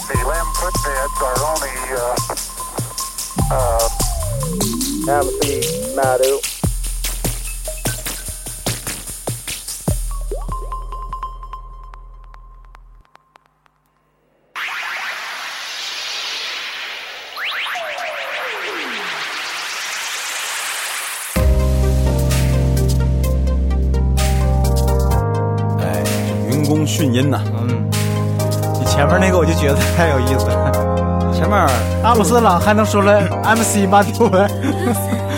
quit bids are only, uh, uh, Amity Madu. 哎，员工训音呐、嗯，你前面那个我就觉得太有意思了。 前面儿，阿姆斯特朗还能说出来 MC 马丁文，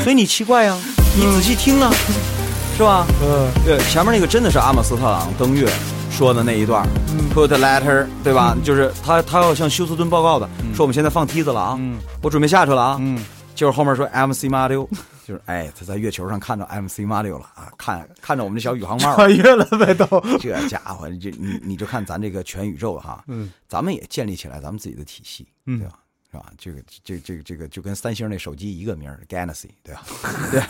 所以你奇怪呀、你仔细听啊，是吧？嗯，对，前面那个真的是阿姆斯特朗登月说的那一段、p 嗯 u t letter，对吧？就是他他要向休斯顿报告的，嗯说我们现在放梯子了啊，我准备下去了啊，嗯，就是后面说 MC Mario，就是哎，他在月球上看到 MC Mario 了啊，看看着我们这小宇航 帽了。穿越了呗都。 这家伙，这你你就看咱这个全宇宙哈，嗯，咱们也建立起来咱们自己的体系，嗯，对吧？是吧？这个这这个这个就跟三星那手机一个名儿，Galaxy，对吧？ 对，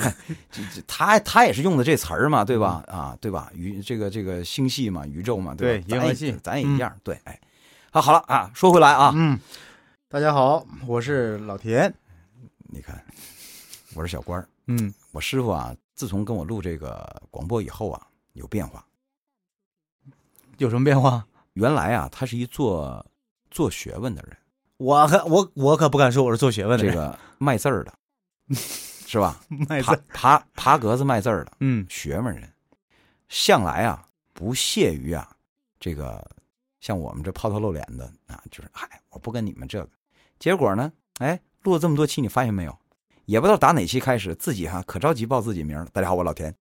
这这他他也是用的这词儿嘛，对吧？啊，对吧？宇这个这个星系嘛，宇宙嘛，吧？嗯对银河系嗯咱也咱也一样，对，哎，啊，好了啊，说回来啊，大家好，我是老田。你看，我是小官儿，嗯，我师傅啊，自从跟我录这个广播以后啊，有变化。有什么变化？原来啊，他是一做做学问的人。我可我我可不敢说我是做学问的这人。个卖字 儿的，是吧？卖爬字，爬爬格子卖字儿的嗯，学问人，向来啊不屑于啊这个像我们这抛头露脸的啊，就是嗨，我不跟你们这个。结果呢，哎，录了这么多期，你发现没有？也不知道打哪期开始，自己哈、可着急报自己名儿。大家好，我老田，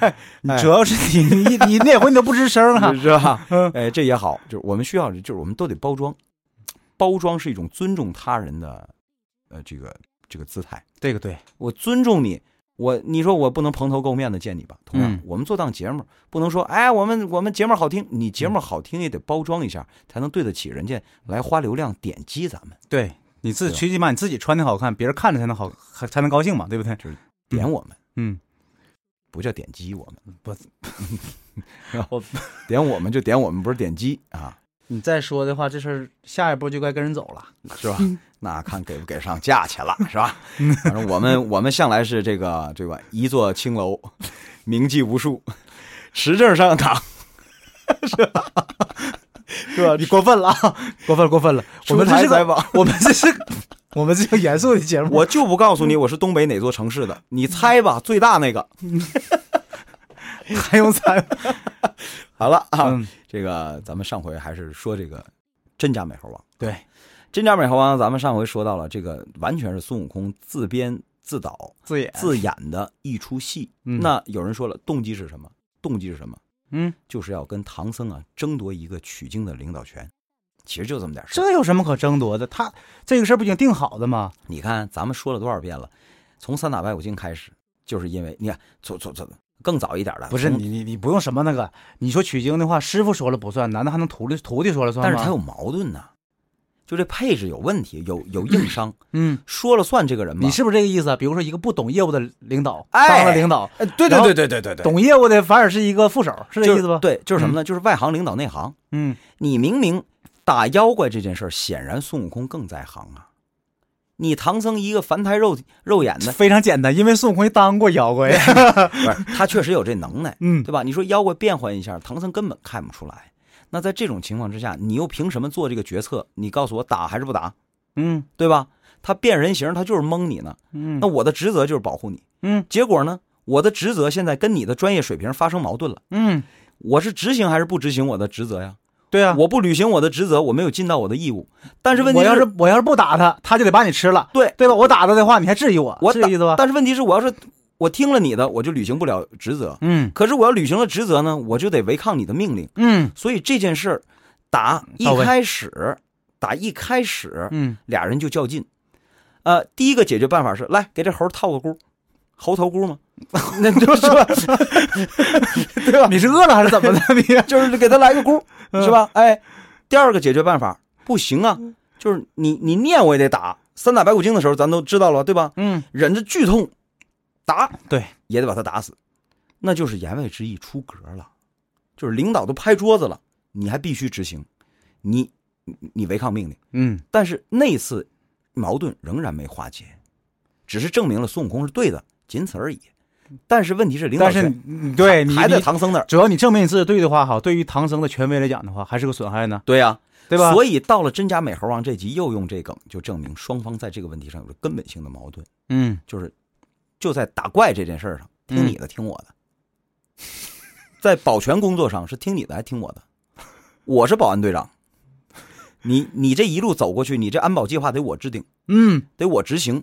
哎，主要是你 你你那回你都不吱声啊 是吧嗯？哎，这也好，就是我们需要，就是我们都得包装，包装是一种尊重他人的，呃，这个这个姿态。这个对，我尊重你，我你说我不能蓬头垢面的见你吧？同样，嗯我们做档节目不能说，哎，我们我们节目好听，你节嗯目好听也得包装一下，才能对得起人家来花流量点击咱们，对，你自己对最起码你自己穿的好看，别人看着才能好，才能高兴嘛，对不对？点我们 嗯，不叫点击我们，不，我 点我们就点我们，不是点击啊，你再说的话，这事儿下一步就该跟人走了。是吧？嗯 那看给不给上价钱了，是吧？反正我们我们向来是这个对吧？一座青楼，名记无数，持证上岗。是吧？ 你过分了，啊！过分了过分了。我们这是出牌个采访， 我们这是，我们这是个严肃的节目。 我就不告诉你我是东北哪座城市的，你猜吧，最大那个。还用猜？ 好了啊，嗯这个咱们上回还是说这个真假美猴王。啊对，真假美猴王，咱们上回说到了，这个完全是孙悟空自编自导自演自演的一出戏。哎嗯那有人说了，动机是什么？动机是什么？嗯，就是要跟唐僧啊争夺一个取经的领导权。其实就这么点事儿。这有什么可争夺的？他这个事儿不已经定好的吗？你看，咱们说了多少遍了？从三打白骨精开始，就是因为你看，从从从更早一点的，不是从你你你不用什么那个，你说取经的话，师傅说了不算，难道还能徒弟徒弟说了算吗？但是他有矛盾呐，就这配置有问题，有有硬伤，嗯，说了算这个人吧。你是不是这个意思啊？比如说一个不懂业务的领导哎当了领导，哎，对然后对对对对懂业务的反而是一个副手，是这就意思吧？，对，就是什么呢？就是外行领导内行。嗯，你明明打妖怪这件事儿，显然孙悟空更在行啊。你唐僧一个凡胎肉肉眼的，非常简单，因为孙悟空当过妖怪。不是他确实有这能耐，嗯对吧？你说妖怪变换一下，唐僧根本看不出来。那在这种情况之下，你又凭什么做这个决策？你告诉我打还是不打，嗯对吧？他变人形，他就是蒙你呢。嗯那我的职责就是保护你。嗯结果呢，我的职责现在跟你的专业水平发生矛盾了。嗯，我是执行还是不执行我的职责呀？对啊，我不履行我的职责，我没有尽到我的义务。但是问题我要是是我要是不打他，他就得把你吃了，对对吧？我打他的话，你还质疑我，我是这打意思吧？但是问题是，我要是我听了你的，我就履行不了职责。嗯可是我要履行了职责呢，我就得违抗你的命令。嗯所以这件事儿，打一到位开始，打一开始，嗯，俩人就较劲。呃，第一个解决办法是来给这猴套个箍，猴头 箍嘛，那就是吧？对吧？你是饿了还是怎么的？ 你就是给他来个箍，嗯是吧？哎，第二个解决办法不行啊，就是你你念我也得打。三打白骨精的时候，咱都知道了，对吧？嗯，忍着剧痛打，对，也得把他打死。那就是言外之意出格了，就是领导都拍桌子了，你还必须执行，你你你违抗命令。嗯但是那次矛盾仍然没化解，只是证明了孙悟空是对的，仅此而已。但是问题是，领导但是权你你对你还在你唐僧那儿。只要你证明你自己对的话，好，对于唐僧的权威来讲的话，还是个损害呢，对呀、对吧？所以，以到了真假美猴王这集，又用这梗，就证明双方在这个问题上有着根本性的矛盾，嗯，就是就在打怪这件事儿上，听嗯你的，听我的；在保全工作上是听你的，还听我的。我是保安队长，你你这一路走过去，你这安保计划得我制定。嗯得我执行。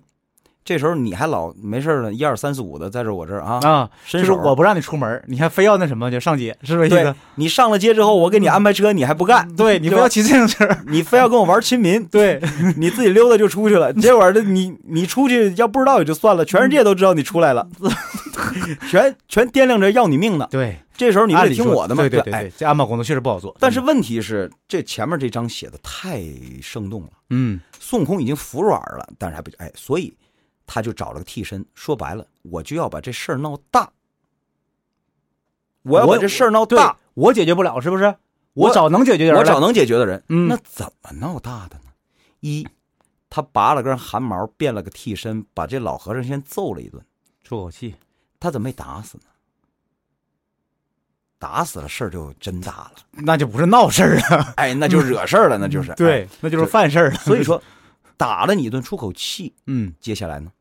这时候你还老没事儿呢，一二三四五的在这我这儿啊，啊，伸就是手。我不让你出门，你还非要那什么就上街，是不是意对思？你上了街之后，我给你安排车，你还不干，对你对不吧要骑自行车，，你非要跟我玩亲民嗯对，嗯你自己溜达就出去了。结果这你你出去要不知道也就算了，全世界都知道你出来了，全全掂量着要你命呢。对，这时候你不按得理听说我的嘛？对对吧对哎对，这安保工作确实不好做。但是问题是，这前面这章写的太生动了。嗯，孙悟空已经服软了，但是还不哎，所以他就找了个替身。说白了，我就要把这事儿闹大，我要把这事儿闹对大，，我解决不了，是不是？我我找能解决的人我来找能解决的人。嗯那怎么闹大的呢？一，他拔了根汗毛，变了个替身，把这老和尚先揍了一顿。出口气，他怎么没打死呢？打死了事儿就真大了，那就不是闹事儿了， 哎，那就惹事儿了，那就是。嗯对，那就是犯事儿了 哎。所以说打了你一顿出口气，嗯，接下来呢？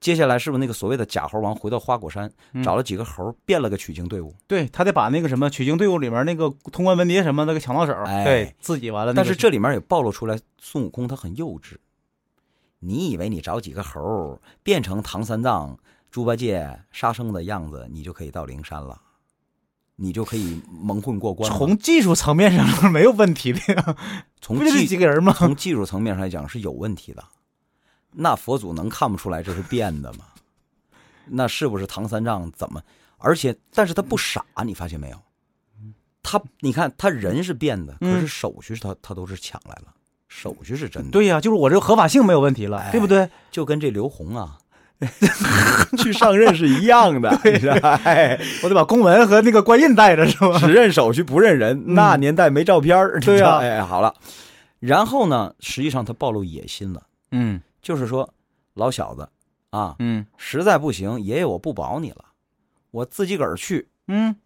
接下来是不是那个所谓的假猴王回到花果山，嗯找了几个猴儿，变了个取经队伍？对他得把那个什么取经队伍里面那个通关文牒什么那个抢到手，哎对自己完了那但个。是这里面也暴露出来，孙悟空他很幼稚。你以为你找几个猴儿变成唐三藏、猪八戒、沙僧的样子，你就可以到灵山了，你就可以蒙混过关了？从技术层面上是没有问题的呀，从不就这技几个人吗？从技术层面上来讲是有问题的。那佛祖能看不出来这是变的吗？那是不是唐三藏怎么？而且，但是他不傻，你发现没有？他，你看他人是变的，嗯可是手续是他他都是抢来了，手续是真的。，对呀、就是我这个合法性没有问题哎了，对不对？就跟这刘洪啊 去上任是一样的，你知道 哎，我得把公文和那个官印带着，是吧？只认手续不认人，那年代没照片儿，你知道嗯对啊哎，好了。然后呢，实际上他暴露野心了。嗯就是说，老小子啊，嗯实在不行，爷爷我不保你了，我自己个儿去，嗯，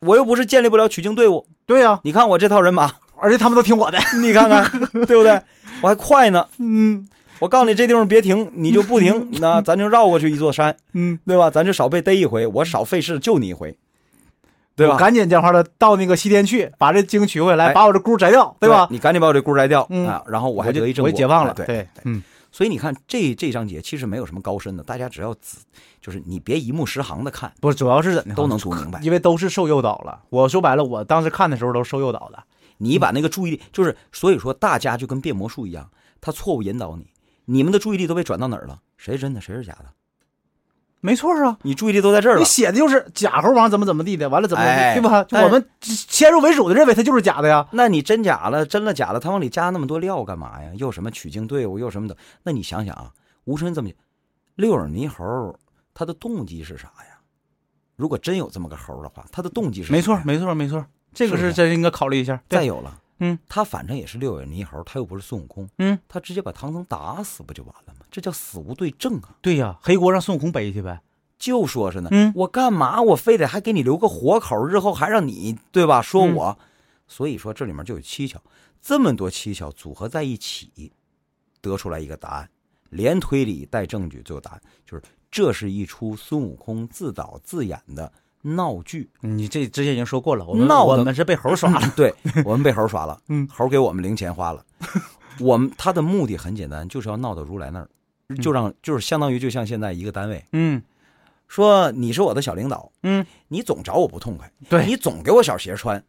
我又不是建立不了取经队伍。对呀、你看我这套人马， 而且他们都听我的。你看看，对不对？我还快呢。 嗯我告诉你，这地方别停，你就不 停，那咱就绕过去一座山，嗯，对吧？咱就少被逮一回，我少费事救你一回， 对吧？我赶紧讲话了，到那个西天去，把这经取回来，哎把我这箍摘掉，对吧？你赶紧把我这箍摘掉、嗯啊，然后我我还就得一正我果，就解放了。哎对，嗯所以你看这这章节其实没有什么高深的，大家只要仔，就是你别一目十行的看，不是，主要是怎的都能读明白。因为都是受诱导了。我说白了，我当时看的时候都是受诱导的。你把那个注意力，就是所以说大家就跟变魔术一样，他错误引导你，你们的注意力都被转到哪儿了？谁是真的，谁是假的？没错啊，你注意力都在这儿你了。写的就是假猴王怎么怎么地的，完了怎么怎么地、哎对吧？就但是我们先入为主的认为他就是假的呀。那你真假了，真了假了，他往里加那么多料干嘛呀？又什么取经队伍，又什么的？那你想想啊，吴承恩这么讲，六耳猕猴他的动机是啥呀？如果真有这么个猴的话，他的动机是没错啥，呀没错，没错，这是个不是是真应该考虑一下。再对，有了，嗯，他反正也是六耳猕猴，他又不是孙悟空，嗯，他直接把唐僧打死不就完了吗？这叫死无对证啊！对呀、黑锅让孙悟空背去呗。就说是呢，嗯我干嘛我非得还给你留个活口，日后还让你对吧？说嗯我，所以说这里面就有蹊跷，这么多蹊跷组合在一起，得出来一个答案，连推理带证据，最后答案就是这是一出孙悟空自导自演的闹剧，嗯你这之前已经说过了，我们闹我的们是被猴耍了。对我们被猴耍了，嗯猴给我们零钱花 了，我们他的目的很简单，就是要闹到如来那儿，就让就是相当于就像现在一个单位嗯说你是我的小领导，嗯，你总找我不痛快，对你总给我小鞋穿，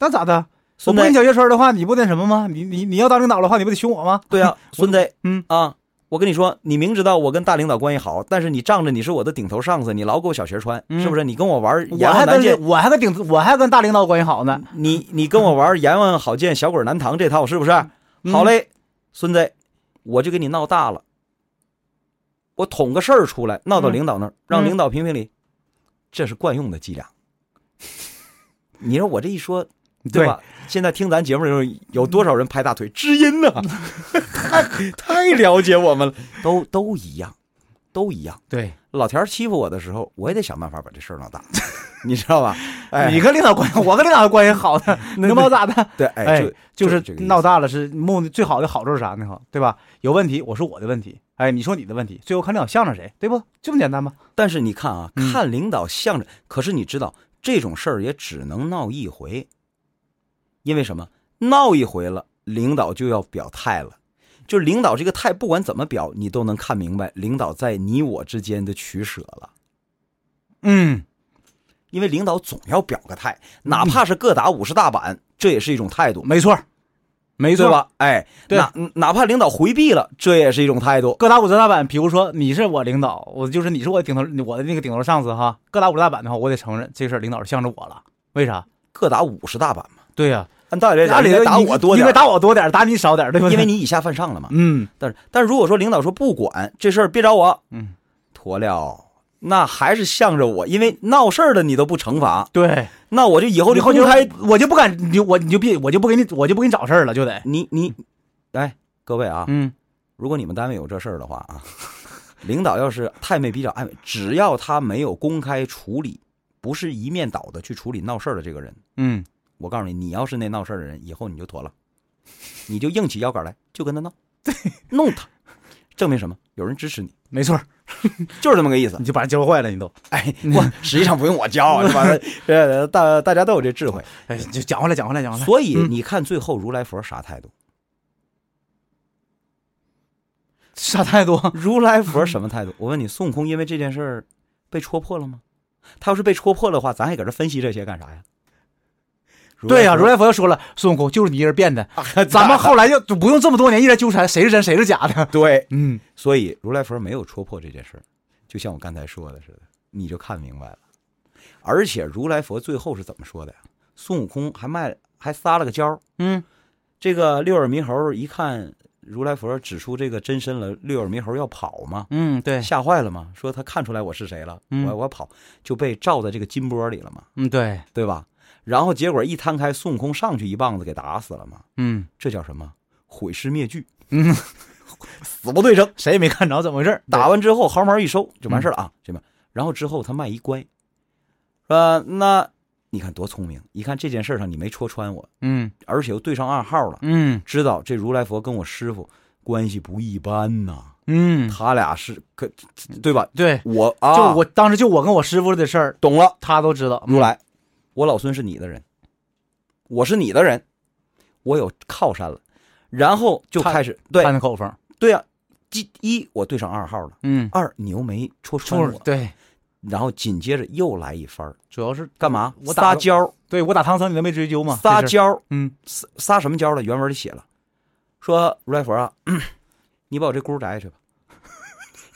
那咋的？我孙不子跟你，小学村的话，你不得什么吗？你你你要当领导的话，你不得凶我吗？对啊，孙子，嗯啊，我跟你说，你明知道我跟大领导关系好，但是你仗着你是我的顶头上司，你老给我小鞋穿，嗯是不是？你跟我玩我阎王还难跟见，我还跟顶我还跟大领导关系好呢。你你跟我玩阎王好见，小鬼难扛这套，是不是？嗯好嘞，孙子，我就给你闹大了，我捅个事儿出来，闹到嗯领导那儿，让嗯领导 评评理，这是惯用的伎俩。你说我这一说，对吧？现在听咱节目的时候，有多少人拍大腿？知音呢？太太了解我们了，都都一样，都一样。对，老田欺负我的时候，我也得想办法把这事儿闹大， 你知道吧？哎，你跟领导关系，我跟领导关系好的，能把我咋的？对，哎，就就是闹大了是目的最好的好处是啥呢？哈，对吧？有问题我说我的问题，哎，你说你的问题，最后看领导向着谁，对不？这么简单吗？但是你看啊，看领导向着，可是你知道这种事儿也只能闹一回。因为什么闹一回了，领导就要表态了。就领导这个态，不管怎么表，你都能看明白领导在你我之间的取舍了。嗯，因为领导总要表个态，哪怕是各打五十大板，嗯、这也是一种态度。没错，没错吧？哎，哪哪怕领导回避了，这也是一种态度。各打五十大板，比如说你是我领导，我就是你是我顶头，我的那个顶头上司哈。各打五十大板的话，我得承认这事儿领导是向着我了。为啥？各打五十大板嘛。对呀、啊，按道理来讲，打我多点，应该打我多点，打你少点，对吧？因为你以下犯上了嘛。嗯，但是但是如果说领导说不管这事儿，别找我，嗯，妥了，那还是向着我，因为闹事儿的你都不惩罚，对，那我就以后就公开，我就不敢，你我你就别，我就不给你，我就不给你找事儿了，就得你你，哎，各位啊，嗯，如果你们单位有这事儿的话啊， 领导要是太妹比较爱美，只要他没有公开处理，不是一面倒的去处理闹事儿的这个人，嗯。我告诉你，你要是那闹事儿的人，以后你就妥了，你就硬起腰杆来，就跟他闹，对，弄他，证明什么？有人支持你，没错，就是这么个意思。你就把人教坏了，你都，哎， 我实际上不用我教，啊是吧？ 呃，大大家都有这智慧。哎，就讲回来，讲回来，讲回来。所以你看，最后如来佛啥态 度？啥态度？如来佛什么态度？我问你，孙悟空因为这件事儿被戳破了吗？他要是被戳破的话，咱还搁这分析这些干啥呀？对呀、啊，如来佛又说了，孙悟空就是你一人变 的，啊咱们后来就不用这么多年一直在纠缠谁是真谁是假的。 对，嗯，所以如来佛没有戳破这件事儿，就像我刚才说的似的，你就看明白了。而且如来佛最后是怎么说的呀？孙悟空还卖还撒了个娇，嗯，这个六耳猕猴一看如来佛指出这个真身了，六耳猕猴要跑嘛，嗯，对，吓坏了嘛，说他看出来我是谁了，嗯、我我跑就被罩在这个金钵里了嘛，嗯，对，对吧？然后结果一摊开，孙悟空上去一棒子给打死了嘛。嗯，这叫什么？毁尸灭迹。嗯，死不对证，谁也没看着怎么回事。打完之后毫毛一收就完事了啊，嗯兄弟们。然后之后他卖一乖，说那你看多聪明，一看这件事上你没戳穿我，嗯，而且又对上暗号了，嗯，知道这如来佛跟我师傅关系不一般呐。嗯，他俩是可对吧？对，我啊，就我当时就我跟我师傅的事儿，懂了，他都知道。嗯如来。我老孙是你的人，我是你的人，我有靠山了，然后就开始对探口风，对啊，一一我对上二号了，嗯，二你又没戳穿我，对，然后紧接着又来一番主要是干嘛？我撒娇，对我打唐僧你都没追究吗？撒娇，嗯，撒撒什么娇了？原文里写了，说如来佛啊，嗯、你把我这姑摘去吧。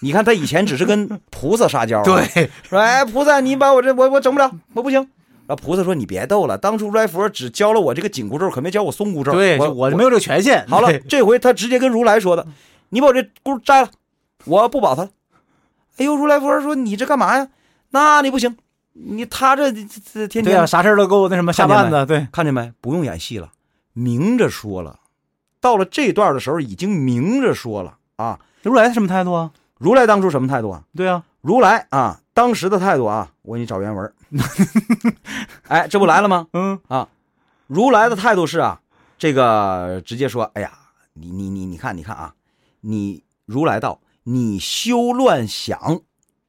你看他以前只是跟菩萨撒娇、啊，对，说哎菩萨，你把我这我我整不了，我不行。然后菩萨说：“你别逗了，当初如来佛只教了我这个紧箍咒，可没教我松箍咒。对，我我没有这个权限。好了，这回他直接跟如来说的：‘你把我这箍摘了，我不保他了。’哎呦，如来佛说：‘你这干嘛呀？’那你不行，你他这这天天、啊、啥事儿都给我那什么下绊子。对，看见没？不用演戏了，明着说了。到了这段的时候，已经明着说了啊。如来什么态度啊？如来当初什么态度啊？对啊，如来啊。”当时的态度啊，我给你找原文。 哎，这不来了吗？嗯啊，如来的态度是啊，这个直接说，哎呀，你你你你看你看啊，你如来道，你休乱想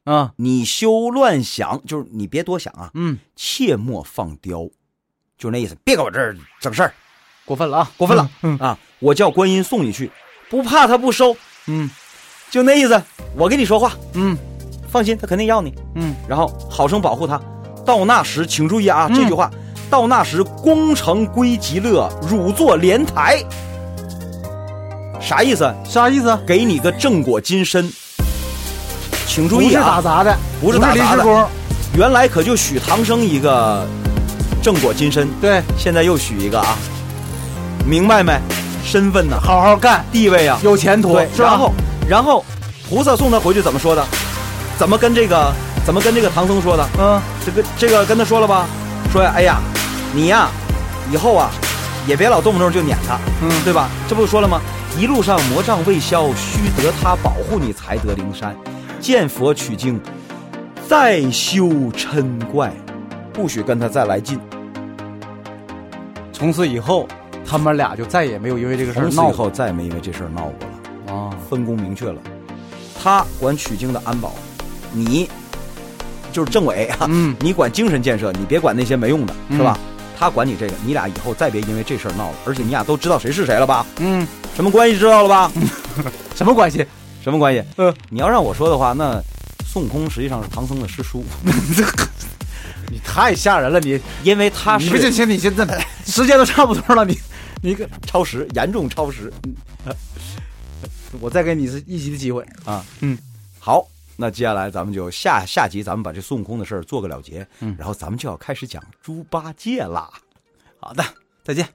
啊，你休乱想，就是你别多想啊，嗯，切莫放刁，就是那意思，别搁我这儿整事儿，过分了啊，过分了，嗯、嗯、啊，我叫观音送你去，不怕他不收，嗯，就那意思，我跟你说话，嗯。放心，他肯定要你。嗯，然后好生保护他。到那时，请注意啊，这句话：嗯、到那时，功成归极乐，汝作莲台。啥意思？啥意思？给你个正果金身。请注意啊，不是打杂的，不是打临时工。原来可就许唐僧一个正果金身，对，现在又许一个啊，明白没？身份呐、啊，好好干，地位啊，有前途。对，然后，然后，菩萨送他回去怎么说的？怎么跟这个，怎么跟这个唐僧说的？嗯，这个这个跟他说了吧，说哎呀，你呀，以后啊，也别老动不动就撵他，嗯对吧？这不说了吗？一路上魔障未消，须得他保护你，才得灵山。见佛取经，再修嗔怪，不许跟他再来劲。从此以后，他们俩就再也没有因为这个事儿从此闹以后再也没因为这事儿闹过了。过啊。分工明确了，他管取经的安保，你就是政委啊，嗯你管精神建设，你别管那些没用的，嗯是吧？他管你这个，你俩以后再别因为这事儿闹了。而且你俩都知道谁是谁了吧？嗯，什么关系知道了吧？ 什么关系？什么关系？嗯，你要让我说的话，那孙悟空实际上是唐僧的师 叔，你太吓人了，你因为他你不是信？请你现在时间都差不多了，你你个超时，严重超时。我再给你是一集的机会。啊好，那接下来咱们就下下集，咱们把这孙悟空的事儿做个了结，嗯然后咱们就要开始讲猪八戒啦。好的，再见。